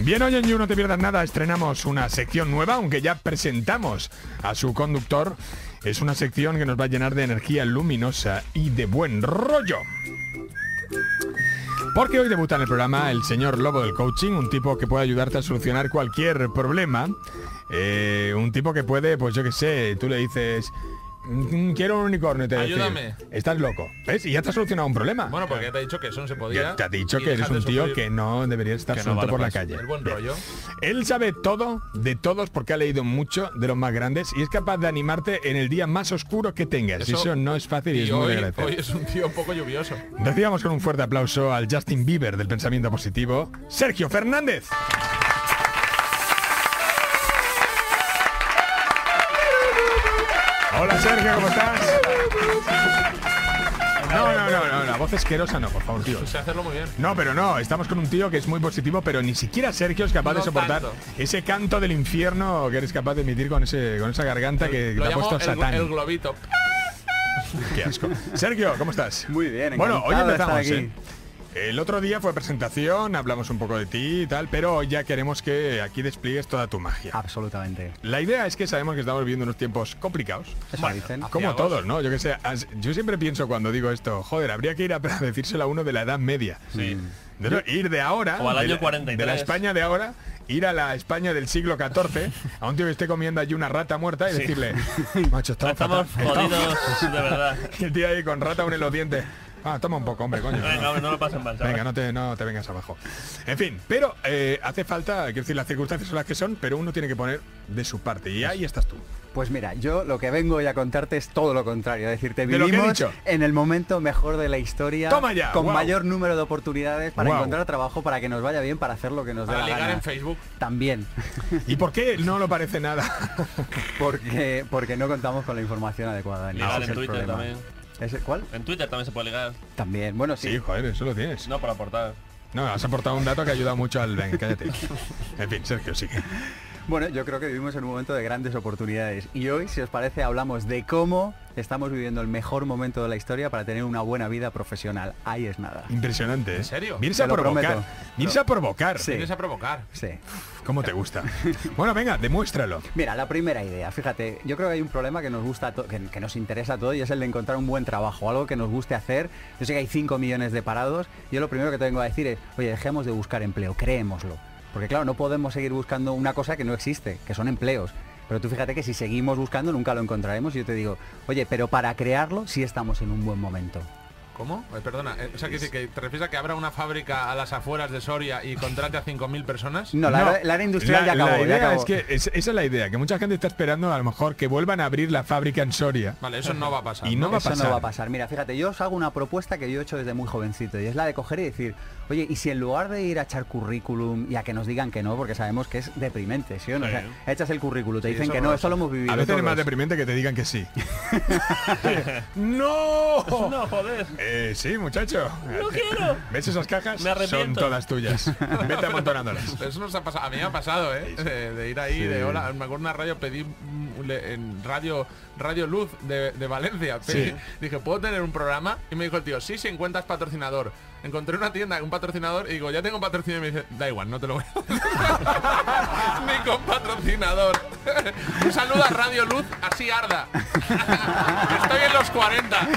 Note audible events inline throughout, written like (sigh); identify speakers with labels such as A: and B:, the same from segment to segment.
A: Bien, hoy en You No Te Pierdas Nada estrenamos una sección nueva, aunque ya presentamos a su conductor. Es una sección que nos va a llenar de energía luminosa y de buen rollo. Porque hoy debuta en el programa el señor Lobo del Coaching, un tipo que puede ayudarte a solucionar cualquier problema. Eh, un tipo que puede, pues yo qué sé, tú le dices, "Mm, quiero un unicornio, y te va a decir,
B: Ayúdame.
A: Estás loco. ¿Ves? Y ya te has solucionado un problema.
B: Bueno, pues porque ya te ha dicho que eso no se podía.
A: Ya te ha dicho
B: y
A: que eres
B: dejar de
A: un tío
B: sufrir
A: que no debería estar
C: Que no
A: suelto
C: vale
A: por la
C: para
A: calle.
B: El buen
A: Bien.
B: rollo.
A: Él sabe todo de todos porque ha leído mucho de los más grandes y es capaz de animarte en el día más oscuro que tengas. Eso,
B: Eso-
A: no es fácil y,
B: Y
A: es muy
B: hoy,
A: agradecido.
B: hoy es un tío un poco lluvioso.
A: Recibamos con un fuerte aplauso al Justin Bieber del pensamiento positivo, Sergio Fernández. Hola Sergio, ¿cómo estás? No, no, no, no, la voz esquerosa no, por favor, tío.
B: O sea, hacerlo muy bien.
A: No, pero no, estamos con un tío que es muy positivo, pero ni siquiera Sergio es capaz
B: No
A: de soportar
B: tanto.
A: ese canto del infierno que eres capaz de emitir con ese con esa garganta que, que
B: Lo
A: te ha
B: llamo
A: puesto
B: el,
A: Satán.
B: el globito.
A: (laughs) Qué asco. Sergio, ¿cómo estás?
D: Muy bien,
A: Bueno, hoy
D: encantado de
A: empezamos.
D: estar aquí.
A: ¿eh? El otro día fue presentación, hablamos un poco de ti y tal, pero hoy ya queremos que aquí despliegues toda tu magia.
D: Absolutamente.
A: La idea es que sabemos que estamos viviendo unos tiempos complicados.
D: Eso dicen.
A: Como
B: Aciagos.
A: todos, ¿no? Yo que sé, as- yo siempre pienso cuando digo esto, joder, habría que ir a a decírselo a uno de la edad media. Mm.
C: Sí.
A: De no- ir de ahora,
C: O al
A: de
C: año
A: la-
C: 43.
A: de la España de ahora, ir a la España del siglo XIV, a un tío que esté comiendo allí una rata muerta y decirle,
C: (laughs)
A: macho, estamos,
C: Estamos
A: fatal, estamos
C: jodidos, de verdad.
A: (laughs) y el tío ahí con rata une los dientes. Ah, toma un poco, hombre, coño.
C: Venga, hombre, no lo pasen mal,
A: Venga,
C: chaval.
A: no te, no te vengas abajo. En fin, pero eh, hace falta, quiero decir, las circunstancias son las que son, pero uno tiene que poner de su parte. Y ahí estás tú.
D: Pues mira, yo lo que vengo hoy a contarte es todo lo contrario, a decirte
A: De lo que he
D: vivimos
A: dicho.
D: en el momento mejor de la historia,
A: Toma ya,
D: con
A: guau.
D: mayor número de oportunidades para
A: Guau.
D: encontrar trabajo, para que nos vaya bien, para hacer lo que nos dé
B: Para
D: la
B: ligar
D: gana.
B: en Facebook.
D: También,
A: ¿Y por qué no lo parece nada?
D: porque porque no contamos con la información adecuada.
C: Ligar
D: ese
C: en
D: es el
C: Twitter
D: problema.
C: también.
D: ¿Ese- ¿Cuál?
C: En Twitter también se puede ligar,
D: También, bueno, sí.
A: Sí, joder, eso lo tienes.
C: no por aportar.
A: No, has aportado un dato que ha ayudado mucho al... Venga,
D: (laughs)
A: cállate. En fin, Sergio, sigue.
D: Bueno, yo creo que vivimos en un momento de grandes oportunidades y hoy, si os parece, hablamos de cómo estamos viviendo el mejor momento de la historia para tener una buena vida profesional. Ahí es nada.
A: Impresionante, ¿eh?
B: ¿En serio?
A: Irse a
D: Te lo
A: provocar.
D: prometo.
A: Irse a provocar.
D: Sí.
B: Vienes a provocar.
D: Sí.
A: ¿Cómo te gusta?
D: (laughs)
A: Bueno, venga, demuéstralo.
D: Mira, la primera idea, fíjate, yo creo que hay un problema que nos gusta, a to- que, que nos interesa a todos y es el de encontrar un buen trabajo, algo que nos guste hacer. Yo sé que hay 5 millones de parados, yo lo primero que tengo a decir es, oye, dejemos de buscar empleo, creémoslo. Porque claro, no podemos seguir buscando una cosa que no existe, que son empleos. Pero tú fíjate que si seguimos buscando nunca lo encontraremos y yo te digo, oye, pero para crearlo sí estamos en un buen momento.
B: ¿Cómo? Eh, perdona. eh, o sea, que, sí, que te refieres a que habrá una fábrica a las afueras de Soria y contrate a 5.000 personas.
D: No, la,
A: No,
D: era- la era
A: la-
D: industrial ya acabó.
A: la
D: ya
A: idea
D: acabó.
A: es que es- esa es la idea, que mucha gente está esperando a lo mejor que vuelvan a abrir la fábrica en Soria.
B: Vale, eso no va a pasar.
A: Y no va a
D: Eso
A: pasar.
D: no va a pasar. Mira, fíjate, yo os hago una propuesta que yo he hecho desde muy jovencito y es la de coger y decir, oye, y si en lugar de ir a echar currículum y a que nos digan que no, porque sabemos que es deprimente, ¿sí o no? O sea,
C: Sí.
D: echas el currículum, te
B: Sí,
D: dicen
B: eso
D: que
B: no
D: no,
B: lo
D: eso lo hemos vivido.
A: A veces es más
D: todos.
A: deprimente que te digan que
D: (laughs)
A: sí. (laughs) ¡No!
C: No, joder.
A: Eh, sí, muchacho.
C: No quiero.
A: ¿Ves esas cajas?
C: Me arrepiento.
A: Son todas tuyas. (laughs) Vete amontonándolas.
B: Eso nos ha pasado, a mí me ha pasado, ¿eh? De, de ir ahí,
A: Sí.
B: de hola, me acuerdo en una radio, pedí mm, le- en radio Radio Luz de, de Valencia, pedí-
A: Sí.
B: dije, ¿puedo tener un programa? Y me dijo el tío, sí, si encuentras patrocinador. Encontré una tienda, un patrocinador, y digo, ya tengo patrocinador, y me dice, da igual, no te lo voy a (laughs) hacer". Ni con patrocinador. (laughs) un saludo a Radio Luz, así arda. (laughs) Estoy en los 40.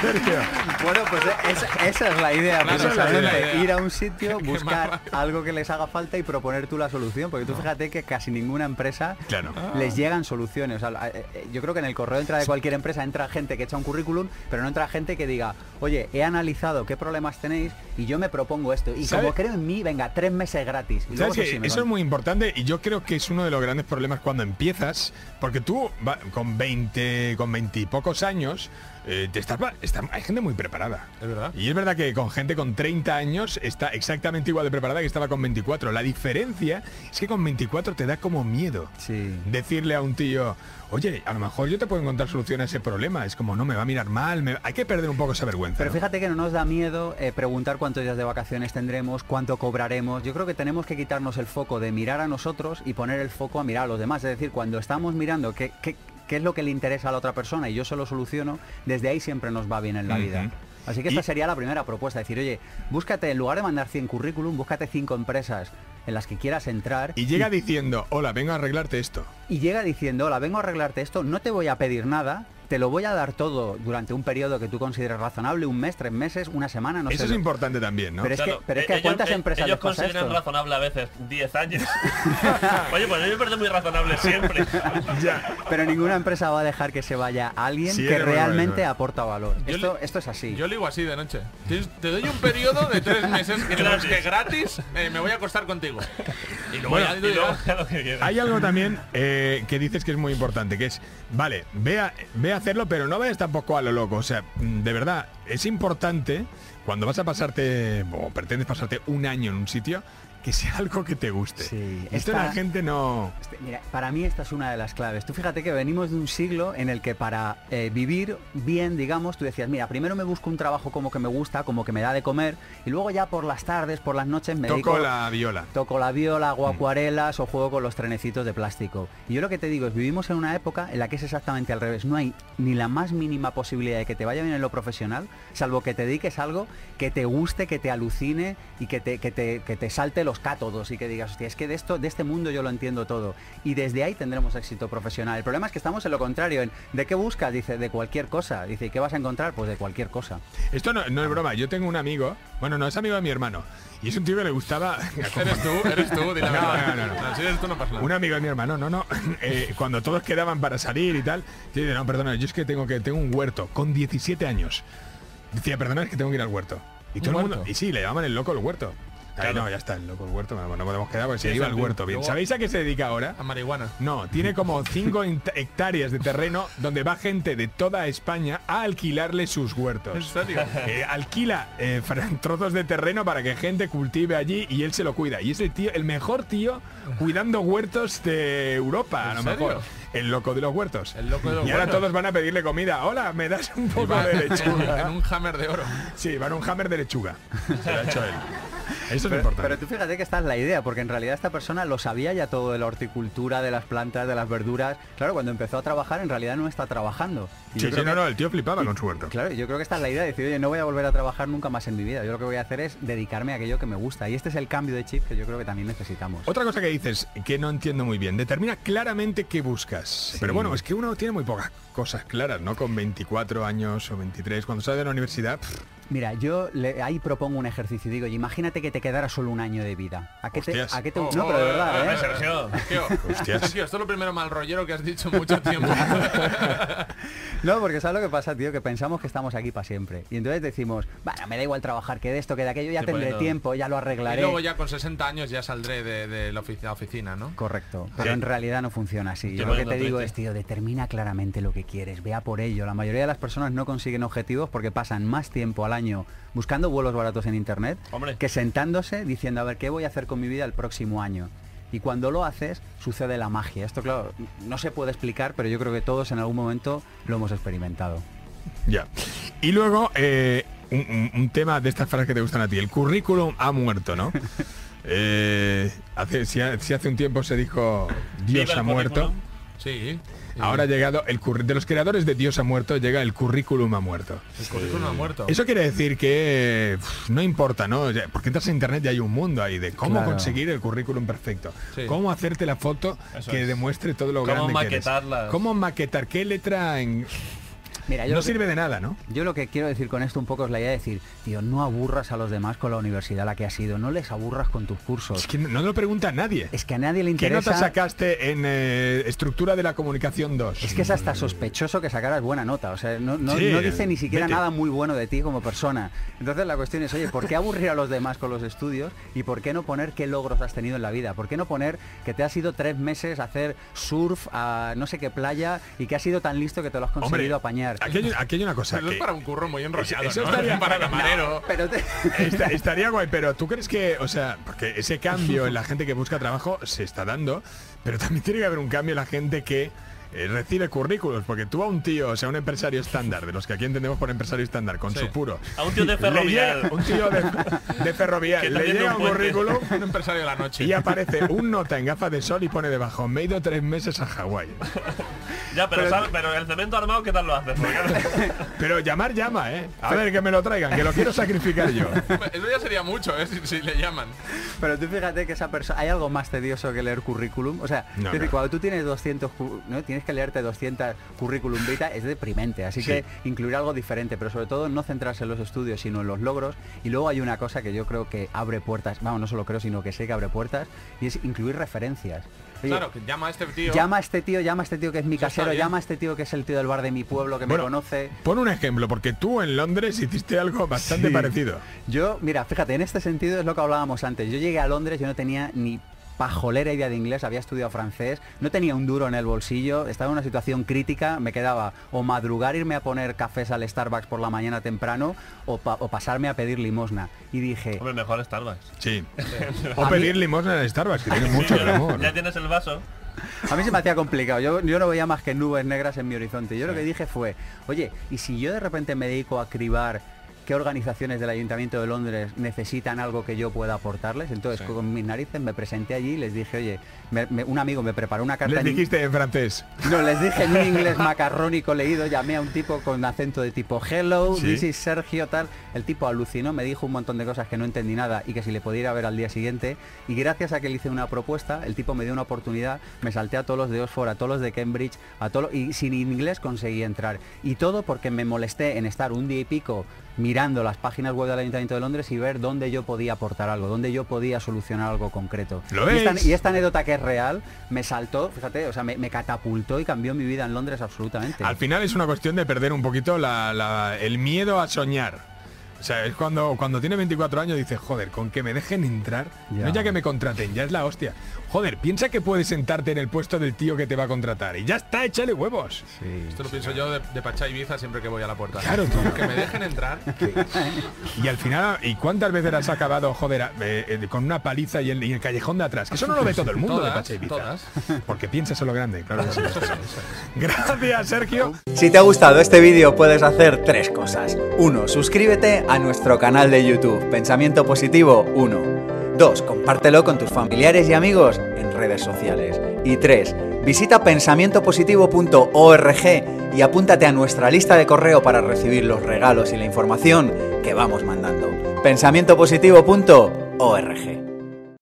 A: Sergio.
D: Bueno, pues es- esa es la idea,
B: Claro,
A: esa es la
D: precisamente.
B: idea.
D: Ir a
A: (laughs)
D: un sitio,
B: Qué
D: buscar
B: maravilla.
D: algo que les haga falta y proponer tú la solución, porque tú fíjate que casi ninguna empresa
A: Claro.
D: les llegan soluciones. O sea, eh, eh, yo creo que en el correo entra de cualquier empresa, entra gente que echa un currículum, pero no entra gente que diga, oye, he analizado qué problemas tenéis y yo me propongo esto. Y
A: ¿Sabe?
D: como creo en mí, venga, tres meses gratis. Y
A: ¿Sabes
D: luego
A: qué?
D: eso sí me
A: eso
D: van.
A: es muy importante y yo creo que es uno de los grandes problemas cuando empiezas, porque tú va- con 20, con 20 y pocos años, eh, te estás, va- está- hay gente muy preparada.
B: Es verdad.
A: Y es verdad que con gente con 30 años está exactamente igual de preparada que estaba con 24. La diferencia es que con 24 te da como miedo.
D: Sí.
A: Decirle a un tío, oye, a lo mejor yo te puedo encontrar solución a ese problema. Es como, no, me va a mirar mal, me- hay que perder un poco esa vergüenza.
D: Pero
A: ¿no?
D: fíjate que no nos da miedo eh, preguntar cuántos días de vacaciones tendremos, cuánto cobraremos. Yo creo que tenemos que quitarnos el foco de mirar a nosotros y poner el foco a mirar a los demás. Es decir, cuando estamos mirando qué, qué- qué es lo que le interesa a la otra persona y yo se lo soluciono, desde ahí siempre nos va bien en la vida.
A: Ujú.
D: Así que esta
A: Y-
D: sería la primera propuesta, decir, oye, búscate, en lugar de mandar 100 currículum, búscate 5 empresas en las que quieras entrar
A: Y llega diciendo, hola, vengo a arreglarte esto.
D: y llega diciendo, hola, vengo a arreglarte esto, no te voy a pedir nada, te lo voy a dar todo durante un periodo que tú consideres razonable, un mes, tres meses, una semana, no
A: Eso
D: sé.
A: es
D: lo-
A: importante también, ¿no?
D: Pero es que-
C: Claro,
D: pero es que
C: eh,
D: ¿cuántas
C: ellos, eh,
D: empresas les
C: ellos
D: pasa
C: consideran
D: esto?
C: razonable a veces 10 años.
D: (laughs)
C: Oye, pues a mí me parece muy razonable siempre.
A: Ya.
D: Pero ninguna empresa va a dejar que se vaya alguien
A: Sí, es
D: que
A: verdad, es
D: realmente
A: verdad.
D: aporta valor.
B: Yo
D: Esto,
B: le-
D: esto es así.
B: Yo le digo así de noche. Te, te doy un periodo de tres meses en los que gratis eh, me voy a acostar contigo. Y luego
C: Bueno,
B: ya
C: y
B: tú
C: luego
B: dirás,
C: lo que quieras.
A: Hay algo también eh, que dices que es muy importante, que es, vale, ve a, ve a hacerlo, pero no vayas tampoco a lo loco. O sea, mm, de verdad, es importante cuando vas a pasarte, o pretendes pasarte un año en un sitio, que sea algo que te guste.
D: Sí,
A: Esto
D: esta-
A: la gente no...
D: Este, Mira, para mí esta es una de las claves. Tú fíjate que venimos de un siglo en el que para eh, vivir bien, digamos, tú decías, mira, primero me busco un trabajo como que me gusta, como que me da de comer, y luego ya por las tardes, por las noches me
A: Toco
D: dedico-
A: la viola.
D: Toco la viola, hago acuarelas o juego con los trenecitos de plástico. Y yo lo que te digo es, vivimos en una época en la que es exactamente al revés. No hay ni la más mínima posibilidad de que te vaya bien en lo profesional, salvo que te dediques a algo que te guste, que te alucine y que te, que te, que te salte los cátodos y que digas, hostia, es que de esto, de este mundo yo lo entiendo todo. Y desde ahí tendremos éxito profesional. El problema es que estamos en lo contrario, en ¿de qué buscas? Dice, de cualquier cosa. Dice, ¿y qué vas a encontrar? Pues de cualquier cosa.
A: Esto no, no es broma, yo tengo un amigo, bueno, no, es amigo de mi hermano, y es un tío que le gustaba... (laughs)
B: eres tú, eres tú, di la
A: No,
B: verdad.
A: no, no, no.
B: Si eres tú no pasa nada.
A: Un amigo de mi hermano, no, (laughs) no, eh, cuando todos quedaban para salir y tal, yo dije, no, perdona, yo es que tengo que tengo un huerto con 17 años. Decía, perdona, es que tengo que ir al huerto. Y todo el mundo,
B: huerto?
A: y sí, le llamaban el loco el huerto. Ay,
C: Claro.
A: no, ya está, el loco el huerto, no no podemos quedar porque se
B: Sí,
A: iba
B: sí,
A: al
B: sí.
A: huerto. Bien,
B: Luego-
A: ¿sabéis a qué se dedica ahora?
B: A marihuana.
A: No, tiene como 5 (laughs) hectáreas de terreno donde va gente de toda España a alquilarle sus
B: ¿En
A: huertos.
B: serio? (laughs)
A: Eh, alquila eh, (laughs) fra- trozos de terreno para que gente cultive allí y él se lo cuida. Y es el tío, el mejor tío cuidando huertos de Europa, a
B: ¿En
A: lo
B: serio?
A: mejor. El loco de los huertos.
B: El loco de los
A: y ahora
B: huertos.
A: todos van a pedirle comida. Hola, ¿me das un
B: Y
A: poco
B: va
A: de
B: (laughs) en, en
A: lechuga?
B: un hammer de oro.
A: Sí, van a un hammer de
B: (laughs)
A: lechuga. Se lo ha hecho él. Eso es
D: Pero,
A: importante.
D: pero tú fíjate que esta es la idea, porque en realidad esta persona lo sabía ya todo de la horticultura, de las plantas, de las verduras. Claro, cuando empezó a trabajar en realidad no está trabajando. Y
A: Sí,
D: yo creo
A: sí, no,
D: que-
A: no, el tío flipaba con su huerto.
D: Claro, yo creo que esta es la idea, decir, oye, no voy a volver a trabajar nunca más en mi vida. Yo lo que voy a hacer es dedicarme a aquello que me gusta. Y este es el cambio de chip que yo creo que también necesitamos.
A: Otra cosa que dices que no entiendo muy bien, determina claramente qué buscas. Pero bueno, es que uno tiene muy pocas cosas claras, ¿no? Con 24 años o 23, cuando sale de la universidad, pff,
D: Mira, yo le- ahí propongo un ejercicio. Digo, oye, imagínate que te quedara solo un año de vida. ¿A qué te,
A: Hostias.
D: a qué te
B: Oh,
D: No, pero de
B: oh,
D: verdad,
B: eh,
D: ¿eh?
B: eh,
C: Sergio.
B: Sergio,
A: Hostias.
B: Sergio, esto es lo primero mal rollero que has dicho en mucho tiempo.
D: No, porque ¿sabes lo que pasa, tío? Que pensamos que estamos aquí para siempre. Y entonces decimos, bueno, me da igual trabajar que de esto, que de aquello, ya
C: Te
D: tendré
C: pone todo.
D: tiempo, ya lo
B: y
D: arreglaré.
B: luego ya con 60 años ya saldré de, de la ofici- oficina, ¿no?
D: Correcto, pero en realidad no funciona así. Yo
C: Te
D: lo que
C: poniendo
D: te digo
C: triste.
D: es, tío, determina claramente lo que quieres, vea por ello. La mayoría de las personas no consiguen objetivos porque pasan más tiempo al año buscando vuelos baratos en internet
C: Hombre.
D: que sentándose diciendo, a ver, ¿qué voy a hacer con mi vida el próximo año? Y cuando lo haces, sucede la magia. Esto, claro, no se puede explicar, pero yo creo que todos en algún momento lo hemos experimentado.
A: ya. Y luego, eh, un, un- un tema de estas frases que te gustan a ti, el currículum ha muerto,
D: (laughs)
A: ¿no? Eh, hace, si, ha- si hace un tiempo se dijo Dios
C: Viva el
A: ha muerto,
C: currículum.
B: Sí.
A: ahora ha llegado, el curr- de los creadores de Dios ha muerto, llega el currículum ha muerto.
B: El currículum ha
D: Oh.
B: muerto.
A: Eso quiere decir que uf, no importa, ¿no? Ya- Porque entras en internet y hay un mundo ahí de cómo
D: Claro.
A: conseguir el currículum perfecto,
B: Sí.
A: cómo hacerte la foto
C: Eso
A: que
C: es.
A: demuestre todo lo
C: Cómo
A: grande que eres.
C: maquetarlas.
A: Cómo maquetar, qué letra en...
D: Mira, yo
A: No
D: lo que-
A: sirve de nada, ¿no?
D: Yo lo que quiero decir con esto un poco es la idea de decir, tío, no aburras a los demás con la universidad a la que has ido, no les aburras con tus cursos.
A: Es que no no lo pregunta nadie.
D: Es que a nadie le
A: ¿Qué
D: interesa.
A: nota sacaste en eh, Estructura de la Comunicación 2?
D: Es que es hasta sospechoso que sacaras buena nota. O sea, no, no-
A: Sí,
D: no dice ni siquiera
A: vete.
D: nada muy bueno de ti como persona. Entonces la cuestión es, oye, ¿por qué aburrir a los demás con los estudios? ¿Y por qué no poner qué logros has tenido en la vida? ¿Por qué no poner que te has ido tres meses a hacer surf a no sé qué playa y que has sido tan listo que te lo has conseguido apañar?
A: Aquí hay, aquí hay una cosa.
B: Pero
A: que-
B: es para un curro muy enrollado,
A: Eso
B: ¿no?
A: estaría-
B: (laughs) para camarero.
D: Pero te-
A: Esta- estaría guay, pero ¿tú crees que, o sea, porque ese cambio en la gente que busca trabajo se está dando, pero también tiene que haber un cambio en la gente que eh, recibe currículos, porque tú a un tío, o sea, un empresario estándar, de los que aquí entendemos por empresario estándar, con
B: Sí.
A: su puro.
C: A un tío de
A: le
C: Ferrovial.
A: llega- Un tío de, de
C: (laughs) Que
A: ferrovial.
C: está
A: Le
C: haciendo
A: llega
C: un
A: un
C: puente.
A: currículum
B: Un empresario de la noche.
A: y aparece un nota en gafas de sol y pone debajo, me he ido tres meses a Hawái.
C: Ya, pero, ¿sabes? pero el cemento armado, ¿qué tal
D: (laughs)
C: lo haces? Porque-
A: Pero llamar llama, ¿eh? A ver, que me lo traigan, que lo quiero sacrificar yo.
B: Eso ya sería mucho, ¿eh? Si, si le llaman.
D: Pero tú fíjate que esa persona... Hay algo más tedioso que leer currículum. O sea,
A: No,
D: es decir,
A: no.
D: cuando tú tienes 200... cu- ¿no? Tienes que leerte 200 currículum vitae, es deprimente. Así
A: Sí.
D: que incluir algo diferente, pero sobre todo no centrarse en los estudios, sino en los logros. Y luego hay una cosa que yo creo que abre puertas. Vamos, no solo creo, sino que sé que abre puertas. Y es incluir referencias. Oye,
B: Claro, que llama a este tío.
D: Llama a este tío, llama a este tío que es mi
B: Eso está
D: casero,
B: bien.
D: llama a este tío que es el tío del bar de mi pueblo que
A: Bueno,
D: me conoce.
A: Pon un ejemplo, porque tú en Londres hiciste algo bastante
D: Sí.
A: parecido.
D: Yo, mira, fíjate, en este sentido es lo que hablábamos antes. Yo llegué a Londres, yo no tenía ni pajolera idea de inglés, había estudiado francés, no tenía un duro en el bolsillo, estaba en una situación crítica, me quedaba o madrugar, irme a poner cafés al Starbucks por la mañana temprano o, pa- o pasarme a pedir limosna. Y dije,
C: Hombre, mejor Starbucks.
A: Sí.
D: A
A: O
D: mí-
A: pedir limosna en Starbucks, que tiene mucho
C: Sí, ya-
A: glamour.
C: Ya tienes el vaso.
D: A mí se me hacía complicado. Yo, yo no veía más que nubes negras en mi horizonte. Yo lo que dije fue, oye, ¿y si yo de repente me dedico a cribar qué organizaciones del Ayuntamiento de Londres necesitan algo que yo pueda aportarles? Entonces, con mis narices me presenté allí y les dije, oye, me- me- un amigo me preparó una carta...
A: Les
D: en in-
A: dijiste en francés.
D: No, les dije en un inglés macarrónico leído, llamé a un tipo con acento de tipo hello,
A: Sí.
D: this is Sergio, tal. El tipo alucinó, me dijo un montón de cosas que no entendí nada y que si le pudiera ver al día siguiente. Y gracias a que le hice una propuesta, el tipo me dio una oportunidad, me salté a todos los de Oxford, a todos los de Cambridge, a todos los- y sin inglés conseguí entrar. Y todo porque me molesté en estar un día y pico mirando las páginas web del Ayuntamiento de Londres y ver dónde yo podía aportar algo, dónde yo podía solucionar algo concreto.
A: Lo
D: y esta-
A: es.
D: y esta anécdota que es real me saltó, fíjate, o sea, me, me catapultó y cambió mi vida en Londres absolutamente.
A: Al final es una cuestión de perder un poquito la- la- el miedo a soñar. O sea, es cuando, cuando tiene 24 años dices, joder, con que me dejen entrar,
D: Ya.
A: no ya que me contraten, ya es la hostia. Joder, piensa que puedes sentarte en el puesto del tío que te va a contratar y ya está, échale huevos.
B: Esto lo pienso yo de, de Pachá Ibiza siempre que voy a la puerta.
A: Claro, tío.
B: Que me dejen entrar.
A: Y al final, ¿y cuántas veces has acabado, joder, a- eh, eh, con una paliza y el, y el callejón de atrás? Que eso no lo ve todo el mundo
B: Todas,
A: de Pacha Ibiza.
B: todas.
A: Porque piensas en lo grande, claro. que sí. Gracias, Sergio.
D: Si te ha gustado este vídeo puedes hacer tres cosas. Uno, suscríbete a nuestro canal de YouTube, Pensamiento Positivo 1. Dos, compártelo con tus familiares y amigos en redes sociales. Y tres, visita pensamientopositivo.org y apúntate a nuestra lista de correo para recibir los regalos y la información que vamos mandando. Pensamientopositivo.org